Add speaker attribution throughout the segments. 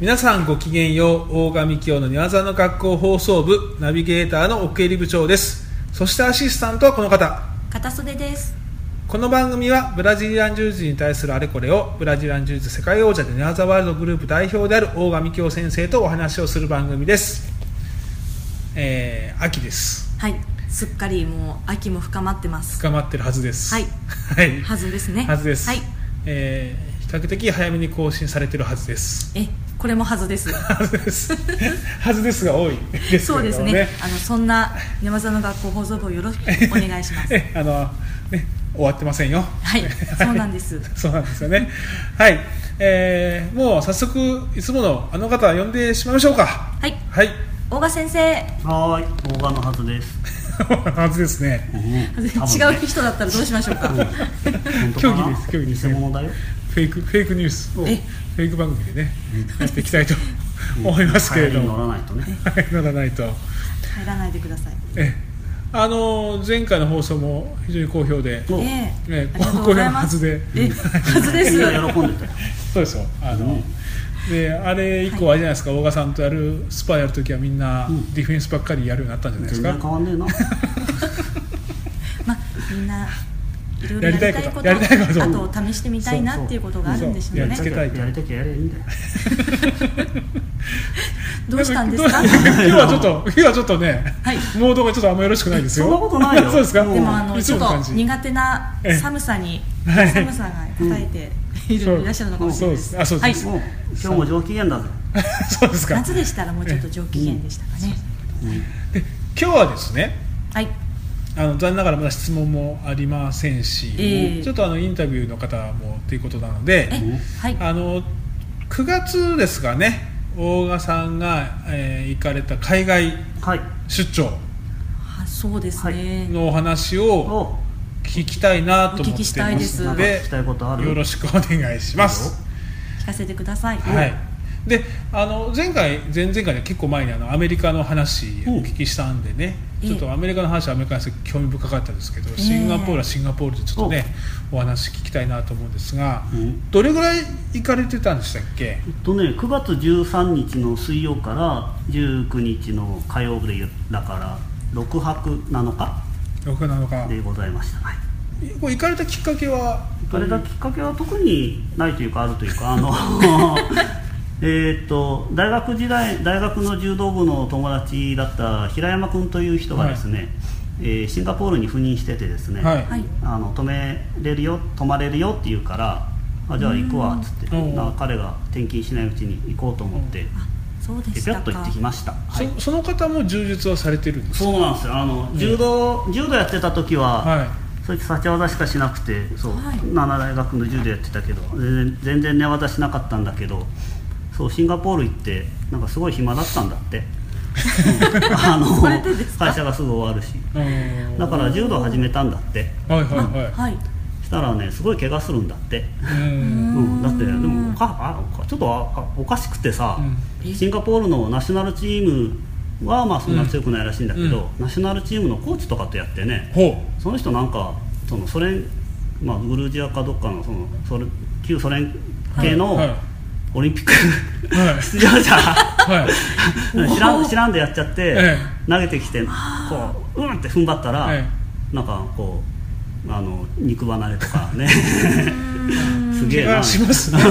Speaker 1: 皆さんごきげんよう大神清の庭座の学校放送部ナビゲーターの奥入部長ですそしてアシスタントはこの方
Speaker 2: 片袖です
Speaker 1: この番組はブラジリアン柔術に対するあれこれをブラジリアン柔術世界王者でネアザワールドグループ代表である大神京先生とお話をする番組です、えー、秋です
Speaker 2: はいすっかりもう秋も深まってます
Speaker 1: 深まってるはずです
Speaker 2: はい
Speaker 1: はい
Speaker 2: はずですね
Speaker 1: はずです、
Speaker 2: はい
Speaker 1: えー比較的早めに更新されてるはずです
Speaker 2: えこれもはずです
Speaker 1: はずです はずですが多いです
Speaker 2: そう
Speaker 1: け
Speaker 2: で
Speaker 1: れ
Speaker 2: す
Speaker 1: ども
Speaker 2: ねあのそんな山座の学校放送部をよろしくお願いしま す
Speaker 1: えあのね終わってませんよ
Speaker 2: はいそうなんです
Speaker 1: そうなんですよね。はい、えー、もう早速いつものあの方呼んでしまいましょうか。
Speaker 2: はい
Speaker 1: はい、
Speaker 2: 大賀先生
Speaker 3: はーい、大賀のはずです。
Speaker 1: はずですね。
Speaker 2: 違う人だったらどうしましょうか
Speaker 1: 競技です競技です
Speaker 3: 専門だよ。
Speaker 1: フェイクフェイクニュースをフ
Speaker 2: え
Speaker 1: ェイク番組でねやっていきたいと思いますけれど
Speaker 3: 流行りに乗
Speaker 1: も、
Speaker 3: らないとね。
Speaker 1: はい、乗らないと。
Speaker 2: 入らないでください
Speaker 1: え、あの前回の放送も非常に好評で。
Speaker 3: そう
Speaker 2: ええ
Speaker 1: ね、
Speaker 2: ありがとうございま
Speaker 1: はず
Speaker 2: す
Speaker 1: で、
Speaker 2: えはずです
Speaker 3: みんな喜んでたよ。
Speaker 1: そうですよ、あの、で、あれ以降あれじゃないですか、大賀さんとやるスパやるときはみんなディフェンスばっかりやるようになったんじゃないです
Speaker 3: 全
Speaker 1: か。
Speaker 3: 然変わんねえな。
Speaker 2: まあみんないろいろ
Speaker 1: やりた
Speaker 2: や
Speaker 1: い
Speaker 2: りたい
Speaker 1: こ
Speaker 2: ことと
Speaker 1: やりたいこと
Speaker 2: あと試してみたいなっていうことがあるんでしょう ね
Speaker 1: そうそうそうそうやりつけたいと
Speaker 3: やりたきゃやりゃいい んだよ。
Speaker 2: どうしたんです
Speaker 1: ど
Speaker 2: か
Speaker 1: う した今日はちょっと今日はちょっとね、
Speaker 2: はい
Speaker 1: モードがちょっとあんまよろしくないですよ。
Speaker 3: そんなことない よ
Speaker 1: そうですか。
Speaker 3: もう
Speaker 2: でもあの
Speaker 1: い
Speaker 2: ち
Speaker 1: つ
Speaker 2: ょっ
Speaker 1: もの感
Speaker 2: と
Speaker 1: じ。
Speaker 2: 苦手な
Speaker 1: ええ
Speaker 2: 寒さに
Speaker 1: はい
Speaker 2: 寒さが答えているいらっしゃるのかもしれないで
Speaker 1: そう
Speaker 2: す。
Speaker 1: ですあそうです
Speaker 2: は
Speaker 3: もう今日も上機嫌だぜ。
Speaker 1: そうです
Speaker 2: い、
Speaker 1: か。
Speaker 2: 夏でしたらもうちょっと上機嫌でしたかね。
Speaker 1: 今日はですね、
Speaker 2: はい
Speaker 1: あの残念ながらまだ質問もありませんし、
Speaker 2: ええ
Speaker 1: ちょっとあのインタビューの方もということなので
Speaker 2: え、はい
Speaker 1: あの9月ですがね、大賀さんが、えー行かれた海外
Speaker 3: はい。
Speaker 1: 出張
Speaker 2: あそうですね。
Speaker 1: のお話を
Speaker 3: お、
Speaker 1: 聞きたいなと思って
Speaker 2: お聞きしたい
Speaker 1: ま
Speaker 2: ですす
Speaker 1: の
Speaker 3: なんか
Speaker 1: で
Speaker 3: 聞き、たいことある。
Speaker 1: よろしくお願いします。
Speaker 2: 聞かせてください。
Speaker 1: はい、であの前回前々回で結構前にあのアメリカの話お聞きしたんでね、
Speaker 2: うん
Speaker 1: ちょっとアメリカの話はアメリカの話興味深かったですけど、シンガポールはシンガポールでちょっとねお話聞きたいなと思うんですが、
Speaker 3: うん
Speaker 1: どれぐらい行かれてたんでしたっけ
Speaker 3: えっとね、9月13日の水曜から19日の火曜日でだから6泊7日
Speaker 1: 6なのか
Speaker 3: でございました。はい。
Speaker 1: これ行かれたきっかけは
Speaker 3: それがきっかけは特にないというかあるというかあの えーっと大学時代大学の柔道部の友達だった平山君という人がですね、えーシンガポールに赴任しててですね、
Speaker 1: はい
Speaker 2: はい
Speaker 3: あの泊めれるよ泊まれるよって言うからあじゃあ行くわっつっ
Speaker 1: う
Speaker 3: て
Speaker 1: ん
Speaker 3: な彼が転勤しないうちに行こうと思って
Speaker 2: あそうで
Speaker 3: ぴ
Speaker 2: し
Speaker 3: ぴょ
Speaker 2: た
Speaker 3: っと行
Speaker 2: か
Speaker 3: ってき。ました、はい
Speaker 1: そその方も充実はされてるんですか
Speaker 3: そうなんですよあの柔道、柔道やってた時は、
Speaker 1: はい
Speaker 3: そいつ立ち技しかしなくてそう、
Speaker 2: はい
Speaker 3: 7大学の柔道やってたけど全然全然寝技しなかったんだけどそうシンガポール行ってなんかすごい暇だったんだっ てうんあの
Speaker 2: それでですか
Speaker 3: 会社がすぐ終わるし
Speaker 1: うーん
Speaker 3: だ
Speaker 1: は
Speaker 3: から柔道始めたんだって
Speaker 1: いはい
Speaker 2: あ
Speaker 1: はい、
Speaker 2: はい。
Speaker 3: したらねすごい怪我するんだって、
Speaker 1: うーん
Speaker 3: うんだってでもお
Speaker 2: は
Speaker 3: かあおかちょっとああおかしくてさ、
Speaker 2: うん
Speaker 3: シンガポールのナショナルチームはまあそんな強くないらしいんだけど、
Speaker 1: うん
Speaker 3: ナショナルチームのコーチとかとやってね、
Speaker 1: ほ
Speaker 3: その人なんかそのソ連、まあ、グルジアかどっかのそのソ連旧ソ連系の
Speaker 1: はいはい
Speaker 3: オリンピック、
Speaker 1: うはい
Speaker 3: 出場 者
Speaker 1: はい
Speaker 3: 知らん知らんでやっちゃって、
Speaker 1: え
Speaker 3: 投げてきてこううんって踏ん張ったら、
Speaker 1: え
Speaker 3: なんかこうあの肉離れとかね すげえ
Speaker 1: 怪
Speaker 3: な
Speaker 1: 我します ねそ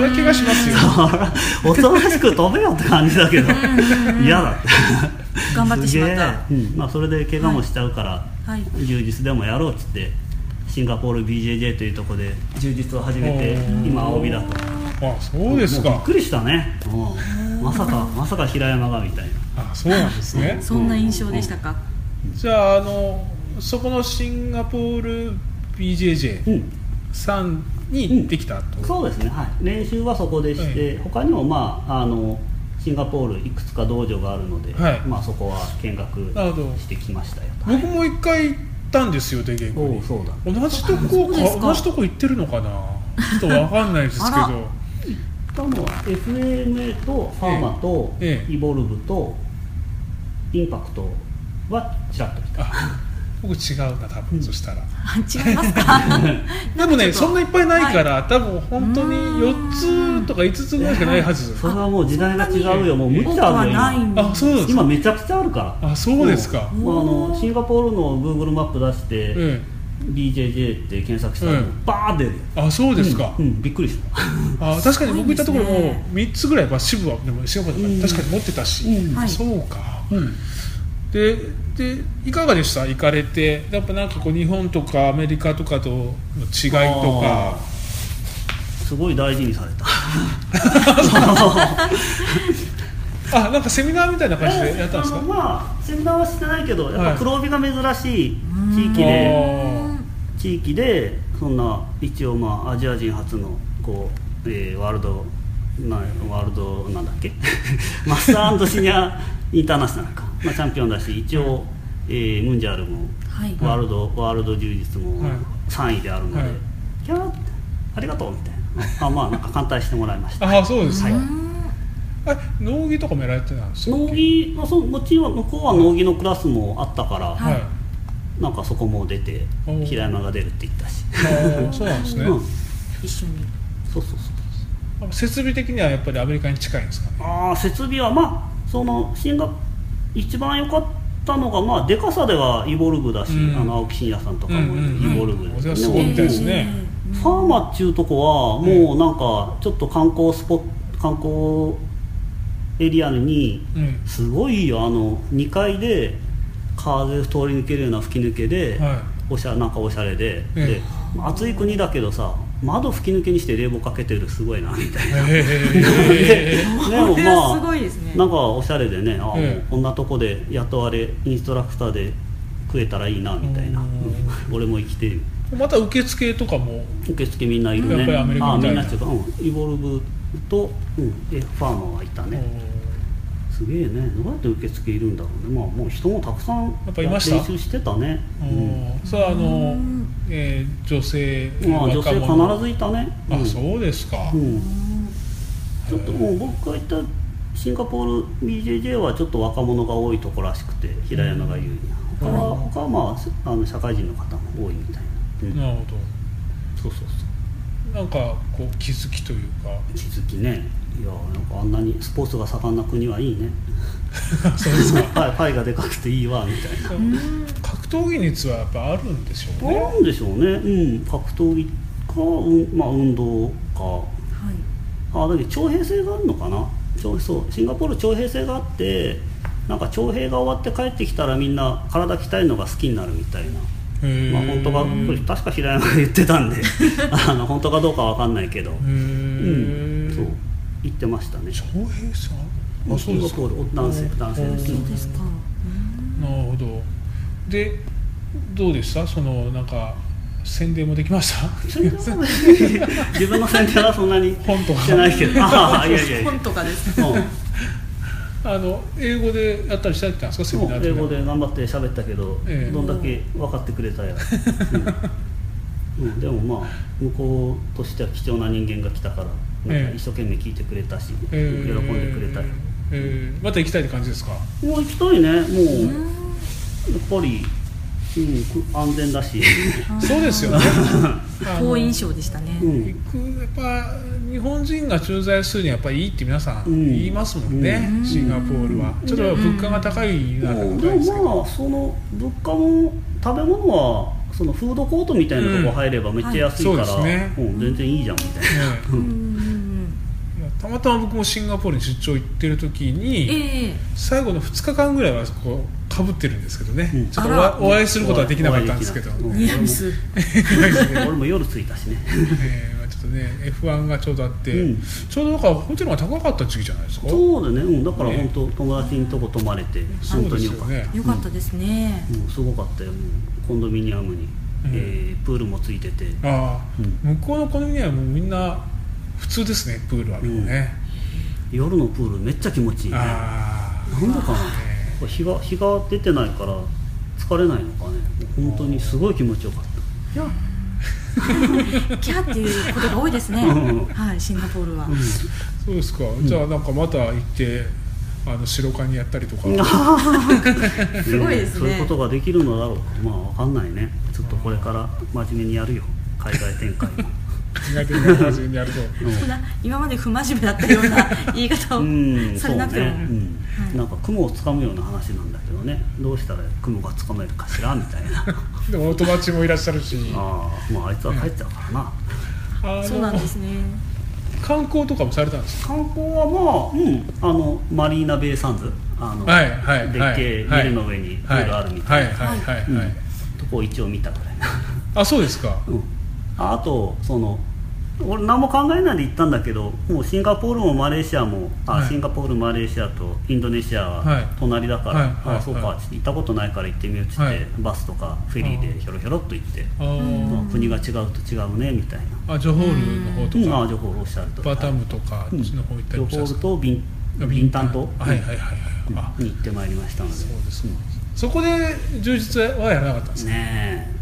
Speaker 1: れは怪我しますよ
Speaker 3: 恐ろしく飛べよって感じだけど嫌だって
Speaker 2: 頑張ってしまった
Speaker 3: すげえうんまあ、それで怪我もしちゃうから、
Speaker 2: い。
Speaker 3: 充実でもやろうっつってシンガポール BJJ というところで充実を始めて
Speaker 1: おー
Speaker 3: 今青帯だと
Speaker 1: あそうです
Speaker 3: もうび
Speaker 1: か
Speaker 3: っくりしたねうんまさかまさか平山がみたいな
Speaker 1: あそうなんです ね
Speaker 2: そんな印象でしたか。
Speaker 1: じゃああのそこのシンガポール BJJ
Speaker 3: うん
Speaker 1: さんに行ってきたと、
Speaker 3: そうですねはい練習はそこでして、他にもまああのシンガポールいくつか道場があるので、
Speaker 1: はい
Speaker 3: まあ、そこは見学
Speaker 1: なるほど
Speaker 3: してきましたよ
Speaker 1: 僕も一回行ったんですよ出稽古
Speaker 3: おうそうだ
Speaker 1: に同じと
Speaker 2: そ
Speaker 1: こ
Speaker 2: うです
Speaker 1: か
Speaker 2: か
Speaker 1: 同じとこ行ってるのかなちょっとわかんないです け
Speaker 2: あ
Speaker 1: ど
Speaker 3: 他のは FMA とファーマと、
Speaker 1: ええええ
Speaker 3: イボルブとインパクトはちらっと見た
Speaker 1: あ僕違うな多分、そしたら
Speaker 2: 違いますか、
Speaker 1: でもねそんないっぱいないからら、多分本当に4つとか5つぐらいしかないはず
Speaker 3: それはもう時代が違うよもう
Speaker 2: 多く
Speaker 3: 無茶あ
Speaker 2: は
Speaker 3: るよ
Speaker 2: ないん
Speaker 3: 今
Speaker 2: で
Speaker 1: あそうなんです
Speaker 3: 今
Speaker 1: か
Speaker 3: めちゃくちゃあるから
Speaker 1: あそうですか
Speaker 3: うんまあ、あのシンガポールの Google マップ出して、
Speaker 1: え
Speaker 3: BJJ って検索したら、
Speaker 1: ええ
Speaker 3: バー出るよ
Speaker 1: えあそうですか、
Speaker 3: うんうんびっくりした、
Speaker 1: あ確かに僕行ったところ
Speaker 2: すごいで
Speaker 1: も
Speaker 2: すね
Speaker 1: 3つぐらいバス支部はでもシンガポールだから確かに持ってたし、
Speaker 3: うん
Speaker 2: はい
Speaker 1: そうか
Speaker 3: うん
Speaker 1: ででいかがでした行かれてやっぱなんかこう日本とかアメリカとかとの違いとか
Speaker 3: すごい大事にされた
Speaker 1: あなんかセミナーみたいな感じでやったんですか、
Speaker 3: あのまあセミナーはしてないけどやっ
Speaker 1: はい
Speaker 3: ぱ黒帯が珍しい地域で、地域でそんな一応まあアジア人初のこう、えーワールドなワールドなんだっけ マスターシニアインターナショナルか、まあ、チャンピオンだし一応、えームンジャールも
Speaker 2: はい
Speaker 3: ワールド、ワールド充実も
Speaker 1: はい
Speaker 3: 3位であるので、
Speaker 1: はい
Speaker 3: キャーありがとうみたい なあまあなんか歓待してもらいました
Speaker 1: ああそうですか、
Speaker 2: う
Speaker 1: は
Speaker 2: ーん
Speaker 1: 農技とかもやられてたんですか
Speaker 3: 農技まあそうもちろん向こうは農技のクラスもあったから、
Speaker 1: はい、
Speaker 2: はい
Speaker 3: なんかそこも出て
Speaker 1: おー
Speaker 3: 平山が出るって言ったし、
Speaker 1: ああそうなんですね、
Speaker 3: うん、
Speaker 2: 一緒に
Speaker 3: そうそうそう
Speaker 1: 設備的にはやっぱりアメリカに近いんですかね
Speaker 3: ああ設備はまあその進学一番良かったのがまあでかさではイボルグだし、
Speaker 1: うん
Speaker 3: あの青木真也さんとかも
Speaker 1: うんうんうん
Speaker 3: イボルグ
Speaker 1: それ
Speaker 3: で
Speaker 1: は
Speaker 3: す
Speaker 1: す
Speaker 3: ね、
Speaker 1: ごいみたいですね
Speaker 2: え
Speaker 3: ファーマっちゅうとこはもうなんかちょっと観光スポット観光エリアに
Speaker 1: うん
Speaker 3: すごいよあの2階で風通り抜けるような吹き抜けで、
Speaker 1: は
Speaker 3: おしゃなんかおしゃれで,、
Speaker 1: ええ
Speaker 3: で暑い国だけどさ窓吹き抜けにして冷房かけてるすごいなみたいな。
Speaker 1: い へえ
Speaker 3: で
Speaker 2: こ
Speaker 3: も
Speaker 2: れは
Speaker 3: まあ
Speaker 2: すごいですね
Speaker 3: なんかおしゃれでねああ、
Speaker 1: ええ
Speaker 3: もうこんなとこで雇われインストラクターで食えたらいいなみたいな、
Speaker 1: うん
Speaker 3: うん 俺も生きてる
Speaker 1: また受付とかも
Speaker 3: 受付みんないるね
Speaker 1: やっぱりアメリカ
Speaker 3: ああ
Speaker 1: みた
Speaker 3: み
Speaker 1: い
Speaker 3: ん
Speaker 1: な
Speaker 3: なっていうか、うん、イボルブと、うん、えファーマーがいたね、すげえねどうやって受付いるんだろうねまあもう人もたくさん
Speaker 1: っぱいました
Speaker 3: 練習してたね
Speaker 1: う
Speaker 3: うん
Speaker 1: んそれはあの、えー女性
Speaker 3: まあ女性
Speaker 1: 者
Speaker 3: 必ずいたね、うん
Speaker 1: あそうですか、
Speaker 3: うんちょっとも
Speaker 1: へ
Speaker 3: う僕が行ったシンガポール BJJ はちょっと若者が多いところらしくて平山が言うには他は
Speaker 1: うん
Speaker 3: 他はまあすあの社会人の方も多いみたいな、うん
Speaker 1: なるほ
Speaker 3: そうそうそ
Speaker 1: どなんかこう気づきという
Speaker 3: う気づきねいやなんかあんなにスポーツが盛んな国はいいね
Speaker 1: か そうですか
Speaker 3: パイパイがでかくていいわみたいな
Speaker 1: 格闘技熱はやっぱあるんでしょうね
Speaker 3: なんでしょうね、うん、格闘技か、うんまあ、運動か
Speaker 2: はい
Speaker 3: あだけど徴兵制があるのかなそうそうシンガポール徴兵制があってなんか徴兵が終わって帰ってきたらみんな体鍛えるのが好きになるみたいな、
Speaker 1: へえ
Speaker 3: まあ、本当かこれ確か平山が言ってたんで あの本当かどうかわかんないけど、
Speaker 1: へ
Speaker 3: うん、
Speaker 1: え
Speaker 3: そう言ってました ね
Speaker 1: 徴兵さんあそうですか
Speaker 3: シンガポール男性男性です
Speaker 1: う
Speaker 2: そ
Speaker 1: ん
Speaker 2: うですかう
Speaker 1: なるほどでどうでしたそのなんか宣伝もできました
Speaker 3: 自分の宣伝はそんなに
Speaker 1: 本とか
Speaker 3: してないけどああいやいや
Speaker 2: ー
Speaker 3: い
Speaker 2: ん
Speaker 3: や
Speaker 2: 本とかですね
Speaker 3: うん
Speaker 1: あの英語でやったりしたりしたんですかセミナーとか
Speaker 3: 英語で頑張って喋ったけど、
Speaker 1: ええ
Speaker 3: どんだけ分かってくれたや、 うんうんでもまあ向こうとしては貴重な人間が来たからなん
Speaker 1: え
Speaker 3: か
Speaker 1: え
Speaker 3: 一生懸命聞いてくれたし、
Speaker 1: えー
Speaker 3: 喜んでくれたり、
Speaker 1: えーまた行きたいって感じですか
Speaker 3: もう行きたいねもう、やっぱり、うん、く安全 だし、
Speaker 1: そうです よねあの
Speaker 2: 好印象でしたね、
Speaker 3: うん
Speaker 1: 行くやっぱ日本人が駐在するにはやっぱりいいって皆さん
Speaker 3: うん
Speaker 1: 言いますもんね、
Speaker 2: うん
Speaker 1: シンガポールはちょっと物価が高いな
Speaker 3: うん
Speaker 1: ん
Speaker 3: で
Speaker 1: かですけど、
Speaker 3: もまあその物価も食べ物はそのフードコートみたいなとこ入ればめっちゃ安いから、
Speaker 1: はいそうですね
Speaker 3: うん全然いいじゃんみたいな。
Speaker 1: ね
Speaker 2: うんうん
Speaker 1: いやたまたま僕もシンガポールに出張行ってる時
Speaker 2: うん
Speaker 1: に
Speaker 2: ええ
Speaker 1: 最後の2日間ぐらいはこうかぶってるんですけどね、
Speaker 3: うん
Speaker 1: ちょっとお
Speaker 2: あら
Speaker 1: 会お会いすることはできなかったんですけど、
Speaker 3: うん
Speaker 2: ニアミス
Speaker 3: 俺も夜着いたしね
Speaker 1: えーまあちょっとね F1 がちょうどあって、
Speaker 3: うん
Speaker 1: ちょうどなんかホテルが高かった時期じゃないですか
Speaker 3: そうだね、うん、だから
Speaker 1: ね
Speaker 3: 本当、友達のとこ泊まれて
Speaker 1: そ
Speaker 3: 本
Speaker 1: う
Speaker 3: 当
Speaker 1: で
Speaker 3: に
Speaker 1: す
Speaker 3: よ
Speaker 1: よ
Speaker 3: かった
Speaker 1: ね
Speaker 2: よかったですね、
Speaker 3: うんすごかったよもうコンドミニアムに、
Speaker 1: うん
Speaker 3: えープールもついてて、
Speaker 1: ああ、
Speaker 3: う
Speaker 1: 向こうのコンビニはもうみんな普通ですねプールはもうね、
Speaker 3: 夜のプールめっちゃ気持ちいいねなん
Speaker 1: ああ
Speaker 3: だかなこれ日が日が出てないから疲れないのかねもう本当にすごい気持ちよかった
Speaker 2: いやキャーっていうことが多いですね、
Speaker 3: うん
Speaker 2: はい、シンガポールは、
Speaker 1: そうですか、じゃあなんかまた行ってあの白カニやったりとか、
Speaker 2: すごいですね
Speaker 3: そういうことができるのだろうかまあわかんないねちょっとこれから真面目にやるよ海外展開も
Speaker 1: 苦手な感じにや ると。
Speaker 2: そんな今まで不真面目だったような言い方を
Speaker 3: うん
Speaker 2: さ
Speaker 3: そ
Speaker 2: れ
Speaker 3: うね
Speaker 2: なくても、
Speaker 3: うんなんか雲をつかむような話なんだけどねどうしたら雲がつかめるかしらみたいな
Speaker 1: でもお友達もいらっしゃるし、
Speaker 3: ああまああいつは帰っちゃうからな、
Speaker 1: あ
Speaker 2: そうなん
Speaker 1: の
Speaker 2: ですね
Speaker 1: 観光とかもされたんですか。
Speaker 3: 観光はまあ、うん、あのマリーナベイサンズあの、
Speaker 1: はいはい
Speaker 3: でっけえビルの上にプールあるみたいな、
Speaker 1: はいはいはいはい、はい
Speaker 3: うんとこを一応見たぐらいな、
Speaker 1: あそうですか。
Speaker 3: うん、ああとその俺何も考えないで行ったんだけどもうシンガポールもマレーシアもあ、
Speaker 1: はい
Speaker 3: シンガポールマレーシアとインドネシア
Speaker 1: はい
Speaker 3: は隣だか
Speaker 1: は
Speaker 3: ら、
Speaker 1: いはい
Speaker 3: ああそうか、
Speaker 1: はい
Speaker 3: 行ったことないから行ってみようっつって、
Speaker 1: はい
Speaker 3: バスとかフェリーでひょろひょろっと行って、
Speaker 1: あ
Speaker 3: ま
Speaker 1: ー
Speaker 3: あ、国が違うと違うねみたいな、
Speaker 1: あジョホールの方
Speaker 3: う
Speaker 1: と
Speaker 3: ん、あ
Speaker 1: か、
Speaker 3: あ情報おっしゃると
Speaker 1: バタムとかあっちの方行ったり
Speaker 3: 情
Speaker 1: もしたんで
Speaker 3: 報
Speaker 1: すか。
Speaker 3: とビンビンタン島
Speaker 1: はいはいはいはい。あ
Speaker 3: に行ってまいりましたので
Speaker 1: そうですね。そこで充実はやらなかったんですか。
Speaker 3: ねえ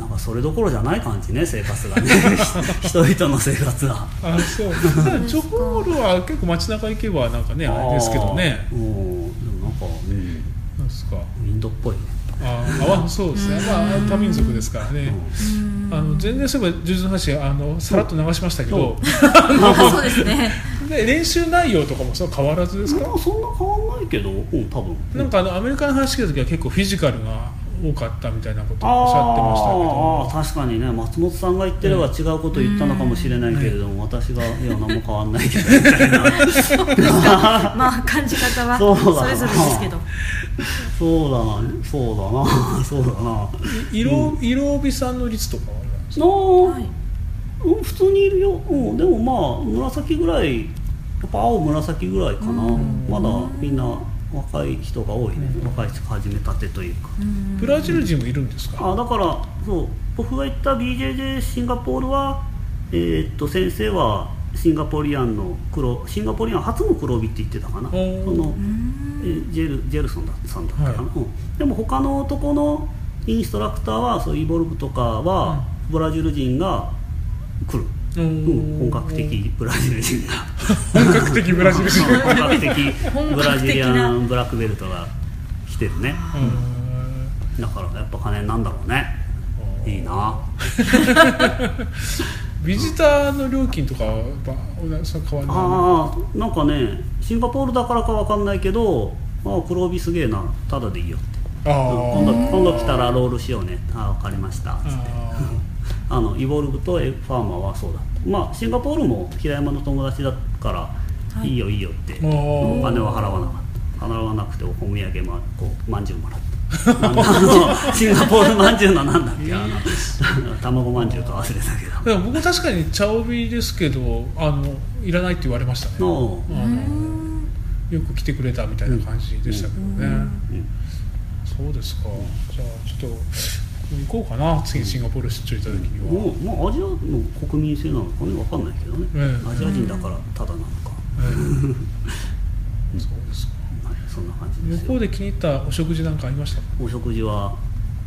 Speaker 3: なんかそれどころじゃない感じね生 活がね人々の生活は
Speaker 1: あ そう。ただジョホールは結構街中行けばなんかねあれですけどね
Speaker 3: あ。ーうんでもなんか、うん、
Speaker 1: なんですか。
Speaker 3: インドっぽいね
Speaker 1: あーあそうですね。まあ多民族ですからね。
Speaker 2: うん
Speaker 1: あの全然そういえば充実の話あのさらっと流しましたけど、
Speaker 2: そうですね
Speaker 1: で練習内容とかもそう変わらずですか
Speaker 3: ま。あそんな変わんないけど、うん、多分
Speaker 1: なんかあのアメリカの話聞いた時は結構フィジカルが多かったみたいなことをおっしゃってましたけど。
Speaker 3: あーあー確かにね松本さんが言ってれば違うこと言ったのかもしれないけれども、私が「いや何も変わ んないけど」みたいな
Speaker 2: まあ感じ方は
Speaker 3: そうだな
Speaker 2: それぞれですけど
Speaker 3: そうだなそうだなそうだな
Speaker 1: 色色帯さんの率とかはあれなんですか。
Speaker 3: なあ、
Speaker 2: はい
Speaker 3: うん、普通にいるよ、うん、でもまあ紫ぐらいやっぱ青紫ぐらいかなまだみんな若い人が多いね若い人始めたてというか
Speaker 2: うん
Speaker 1: ブラジル人もいるんですか。
Speaker 3: あだからそう僕が行った BJJ シンガポールはえーっと先生はシンガポリアンの黒シンガポリアン初の黒帯って言ってたかなそ
Speaker 1: ー
Speaker 3: のえージェルジェルソンださんだったかな、
Speaker 1: はい
Speaker 3: うんでも他の男のインストラクターはそうイボルブとかはブラジル人が来る、うん、本格的ブラジル人が
Speaker 1: 本格的ブラジル人
Speaker 3: 本格
Speaker 2: 本
Speaker 3: 的
Speaker 2: 格的な
Speaker 3: ブラジリアンブラックベルトが来てるね
Speaker 1: うん
Speaker 3: だからやっぱ金なんだろうねいいな
Speaker 1: ビジターの料金とかはやっぱ同じそう変わらない
Speaker 3: ああなんかねシンガポールだからかわかんないけどああ黒帯すげえなタダでいいよって
Speaker 1: あ
Speaker 3: 今度
Speaker 1: ー
Speaker 3: 今度来たらロールしようねああ分かりました
Speaker 1: あ
Speaker 3: あのイボルブとエファーマーはそうだまあシンガポールも平山の友達だから、
Speaker 2: はい
Speaker 3: い、いよいいよって
Speaker 1: ー
Speaker 3: お
Speaker 1: もう
Speaker 3: 金は払わなかった払わなくてお土産もこうまんじゅうもらったあのシンガポールまんじゅうのなんだっけあの卵まんじゅうか忘れたけど
Speaker 1: でも僕も確かに茶帯ですけどあのいらないって言われましたね
Speaker 3: の
Speaker 1: あのよく来てくれたみたいな感じでしたけどね、
Speaker 3: うん
Speaker 1: そうですかじゃあちょっと行こうかな次シンガポール出張行った時には、
Speaker 3: もうまあアジアの国民性なのかね分かんないけどね、
Speaker 1: ええ
Speaker 3: アジア人だからただなのか、
Speaker 1: ええそうですか
Speaker 3: はいそんな感じで
Speaker 1: 向
Speaker 3: す
Speaker 1: こう
Speaker 3: よ
Speaker 1: で気に入ったお食事なんかありましたか
Speaker 3: お食事は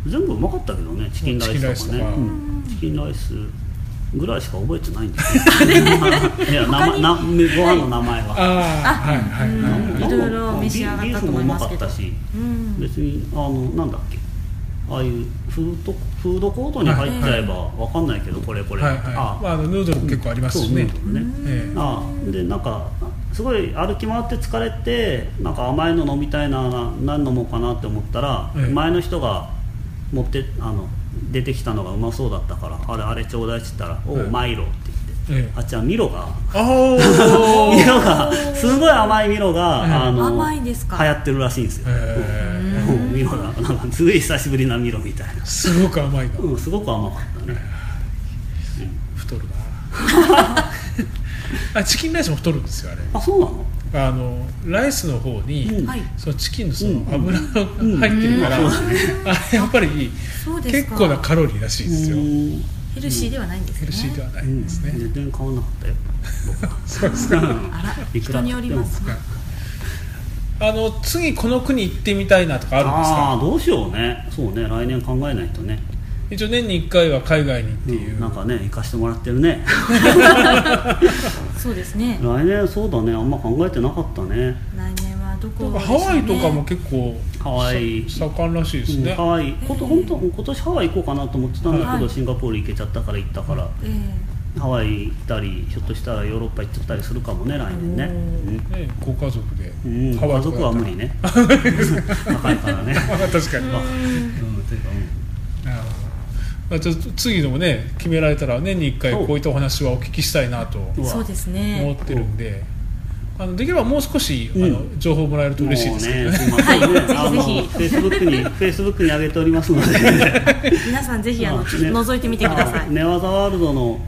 Speaker 3: 全部うまかったけどねチキンライスとかねうんチキンライス,、ぐらいしか覚えてないんです よいや名前なご飯の名前は、
Speaker 1: ああはいはいはい、
Speaker 3: なんか
Speaker 2: いろいろ召し上がった
Speaker 3: ビー
Speaker 2: と
Speaker 3: フ
Speaker 2: 思
Speaker 3: もう
Speaker 2: い
Speaker 3: ま
Speaker 2: ます
Speaker 3: か
Speaker 2: け
Speaker 3: っ
Speaker 2: ど
Speaker 3: たし
Speaker 2: うん
Speaker 3: 別にあのなんだっけああいうフードフードコートに入っちゃえばわかんないけどこれこれ、
Speaker 1: はいはい
Speaker 3: あ
Speaker 1: まあ、あのヌードルも結構ありますし
Speaker 3: そう
Speaker 1: ね
Speaker 3: ヌードルね
Speaker 1: ええ
Speaker 3: ああでなんかすごい歩き回って疲れてなんか甘いの飲みたいなな何飲もうかなって思ったら、
Speaker 1: ええ
Speaker 3: 前の人が持ってあの出てきたのがうまそうだったからあれあれちょうだいって言ったら「おう
Speaker 1: ええ
Speaker 3: マイロ」って言って、
Speaker 1: ええ
Speaker 3: あっちはミロが
Speaker 1: あー
Speaker 3: ミロがすごい甘いミロが、
Speaker 1: ええ
Speaker 3: あの
Speaker 2: 甘いんですか
Speaker 3: 流行ってるらしいんですよ、
Speaker 1: ええ
Speaker 3: うんミロだなんかすごい久しぶりなミロみたいな、
Speaker 1: すごく甘いな
Speaker 3: うん、すごく甘かったね
Speaker 1: 太 るなあチキンライスも太るんですよあれ
Speaker 3: あそうなの
Speaker 1: あのライスの方に、
Speaker 3: うん
Speaker 2: はい
Speaker 1: そのチキンのその
Speaker 3: うん
Speaker 1: 油が入ってるから、
Speaker 3: うんうん
Speaker 1: あれやっぱり
Speaker 2: そうです
Speaker 1: 結
Speaker 2: か
Speaker 1: 構なカロリーらしいですよ
Speaker 3: うん
Speaker 2: ヘルシーではないんですね
Speaker 1: ヘルシーではな
Speaker 3: う
Speaker 1: い
Speaker 3: ん
Speaker 1: んですね、
Speaker 3: 全然変わんなかった よ
Speaker 1: そうですか
Speaker 2: あら
Speaker 3: いくら
Speaker 2: 人によりますね
Speaker 1: あの次この国行ってみたいなとかあるんです
Speaker 3: あ
Speaker 1: か
Speaker 3: あーどうしようねそうね来年考えないとね
Speaker 1: 一応年に1回は海外にっていう、
Speaker 3: うんなんかね行かしてもらって るね
Speaker 2: そうですね
Speaker 3: 来年そうだねあんま考えてなかったね
Speaker 2: 来年はどこ、
Speaker 1: ハワイとかも。結構
Speaker 3: ハワイ
Speaker 1: さ盛んらしいです
Speaker 3: うん
Speaker 1: ね、
Speaker 3: ハワイこと本当今年ハワイ行こうかなと思ってたんだけど、
Speaker 2: はい
Speaker 3: シンガポール行けちゃったから行ったから
Speaker 2: ええ
Speaker 3: ハワイ行ったりひょっとしたらヨーロッパ行っちゃったりするかもね来年ね、
Speaker 1: ねご家族で、
Speaker 3: うんうん、
Speaker 1: ハワ
Speaker 3: 家
Speaker 1: イとか
Speaker 3: 族
Speaker 1: だ
Speaker 3: は
Speaker 1: ったら
Speaker 3: 無理ね若いか らね、
Speaker 1: まあ 確かに、
Speaker 3: まあうんというかうん
Speaker 1: なるほどまあちょっと次のもね決められたら年に1回こういったお話はお聞きしたいなと
Speaker 3: うわ
Speaker 2: そうです
Speaker 1: 思っ
Speaker 2: ね。
Speaker 1: てるんで、あのできればもう少し、あの情報もらえると嬉しいですけどね
Speaker 3: もうねすいませんね、
Speaker 2: はいぜひぜひ
Speaker 3: フェイスブックにフェイスブックに上げておりますので
Speaker 2: 皆さんぜひあ
Speaker 3: ま
Speaker 2: の、
Speaker 3: あ
Speaker 2: ちょっと
Speaker 3: ね
Speaker 2: 覗いてみてくださ
Speaker 3: あ
Speaker 2: い。
Speaker 3: ネワザワールドの、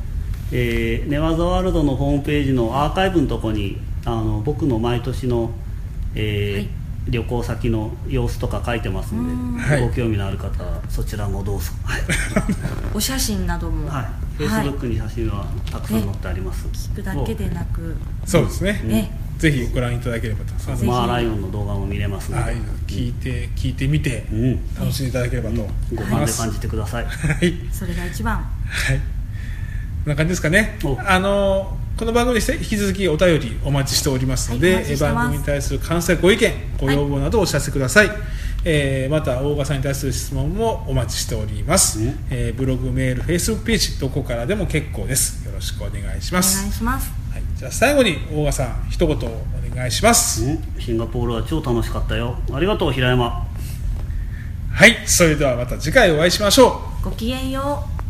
Speaker 3: えーネワザワールドのホームページのアーカイブのとこにあの僕の毎年の、えー
Speaker 2: はい
Speaker 3: 旅行先の様子とか書いてますので、
Speaker 1: うん
Speaker 3: ご興味のある方はそちらもどうぞ。はい。
Speaker 2: お写真なども。
Speaker 3: はい。
Speaker 2: はい
Speaker 3: Facebook に写真はたくさん載ってあります。
Speaker 2: 聞くだけでなく。
Speaker 1: そうですね、
Speaker 2: ね。
Speaker 1: ぜひご覧いただければとあ
Speaker 2: ぜひ
Speaker 1: の
Speaker 3: マーライオンの動画も見れますので、
Speaker 1: はい聞いて聞いてみて
Speaker 3: うん、
Speaker 1: 楽しんでいただければと
Speaker 3: ご
Speaker 1: 思い
Speaker 3: 感
Speaker 1: ま、
Speaker 3: です感じてください。
Speaker 1: はい
Speaker 2: それが一番。
Speaker 1: はい。こんな感じですかね
Speaker 3: お。
Speaker 1: あのこの番組でして引き続きお便りお待ちしておりますので、
Speaker 2: はいお待ちしてます
Speaker 1: 番組に対する感想やご意見、ご要望などをお知らせください。えーまた大賀さんに対する質問もお待ちしております
Speaker 3: うん。
Speaker 1: えーブログ、メール、フェイスブックページどこからでも結構です。よろしくお願いし
Speaker 2: お
Speaker 1: ま
Speaker 2: 願
Speaker 1: す
Speaker 2: い。します。
Speaker 1: はい。じゃあ最後に大賀さん一言お願いします。
Speaker 3: うんシンガポールは超楽しかったよ。ありがとう平山。
Speaker 1: はい。それではまた次回お会いしましょう。
Speaker 2: ごきげんよう。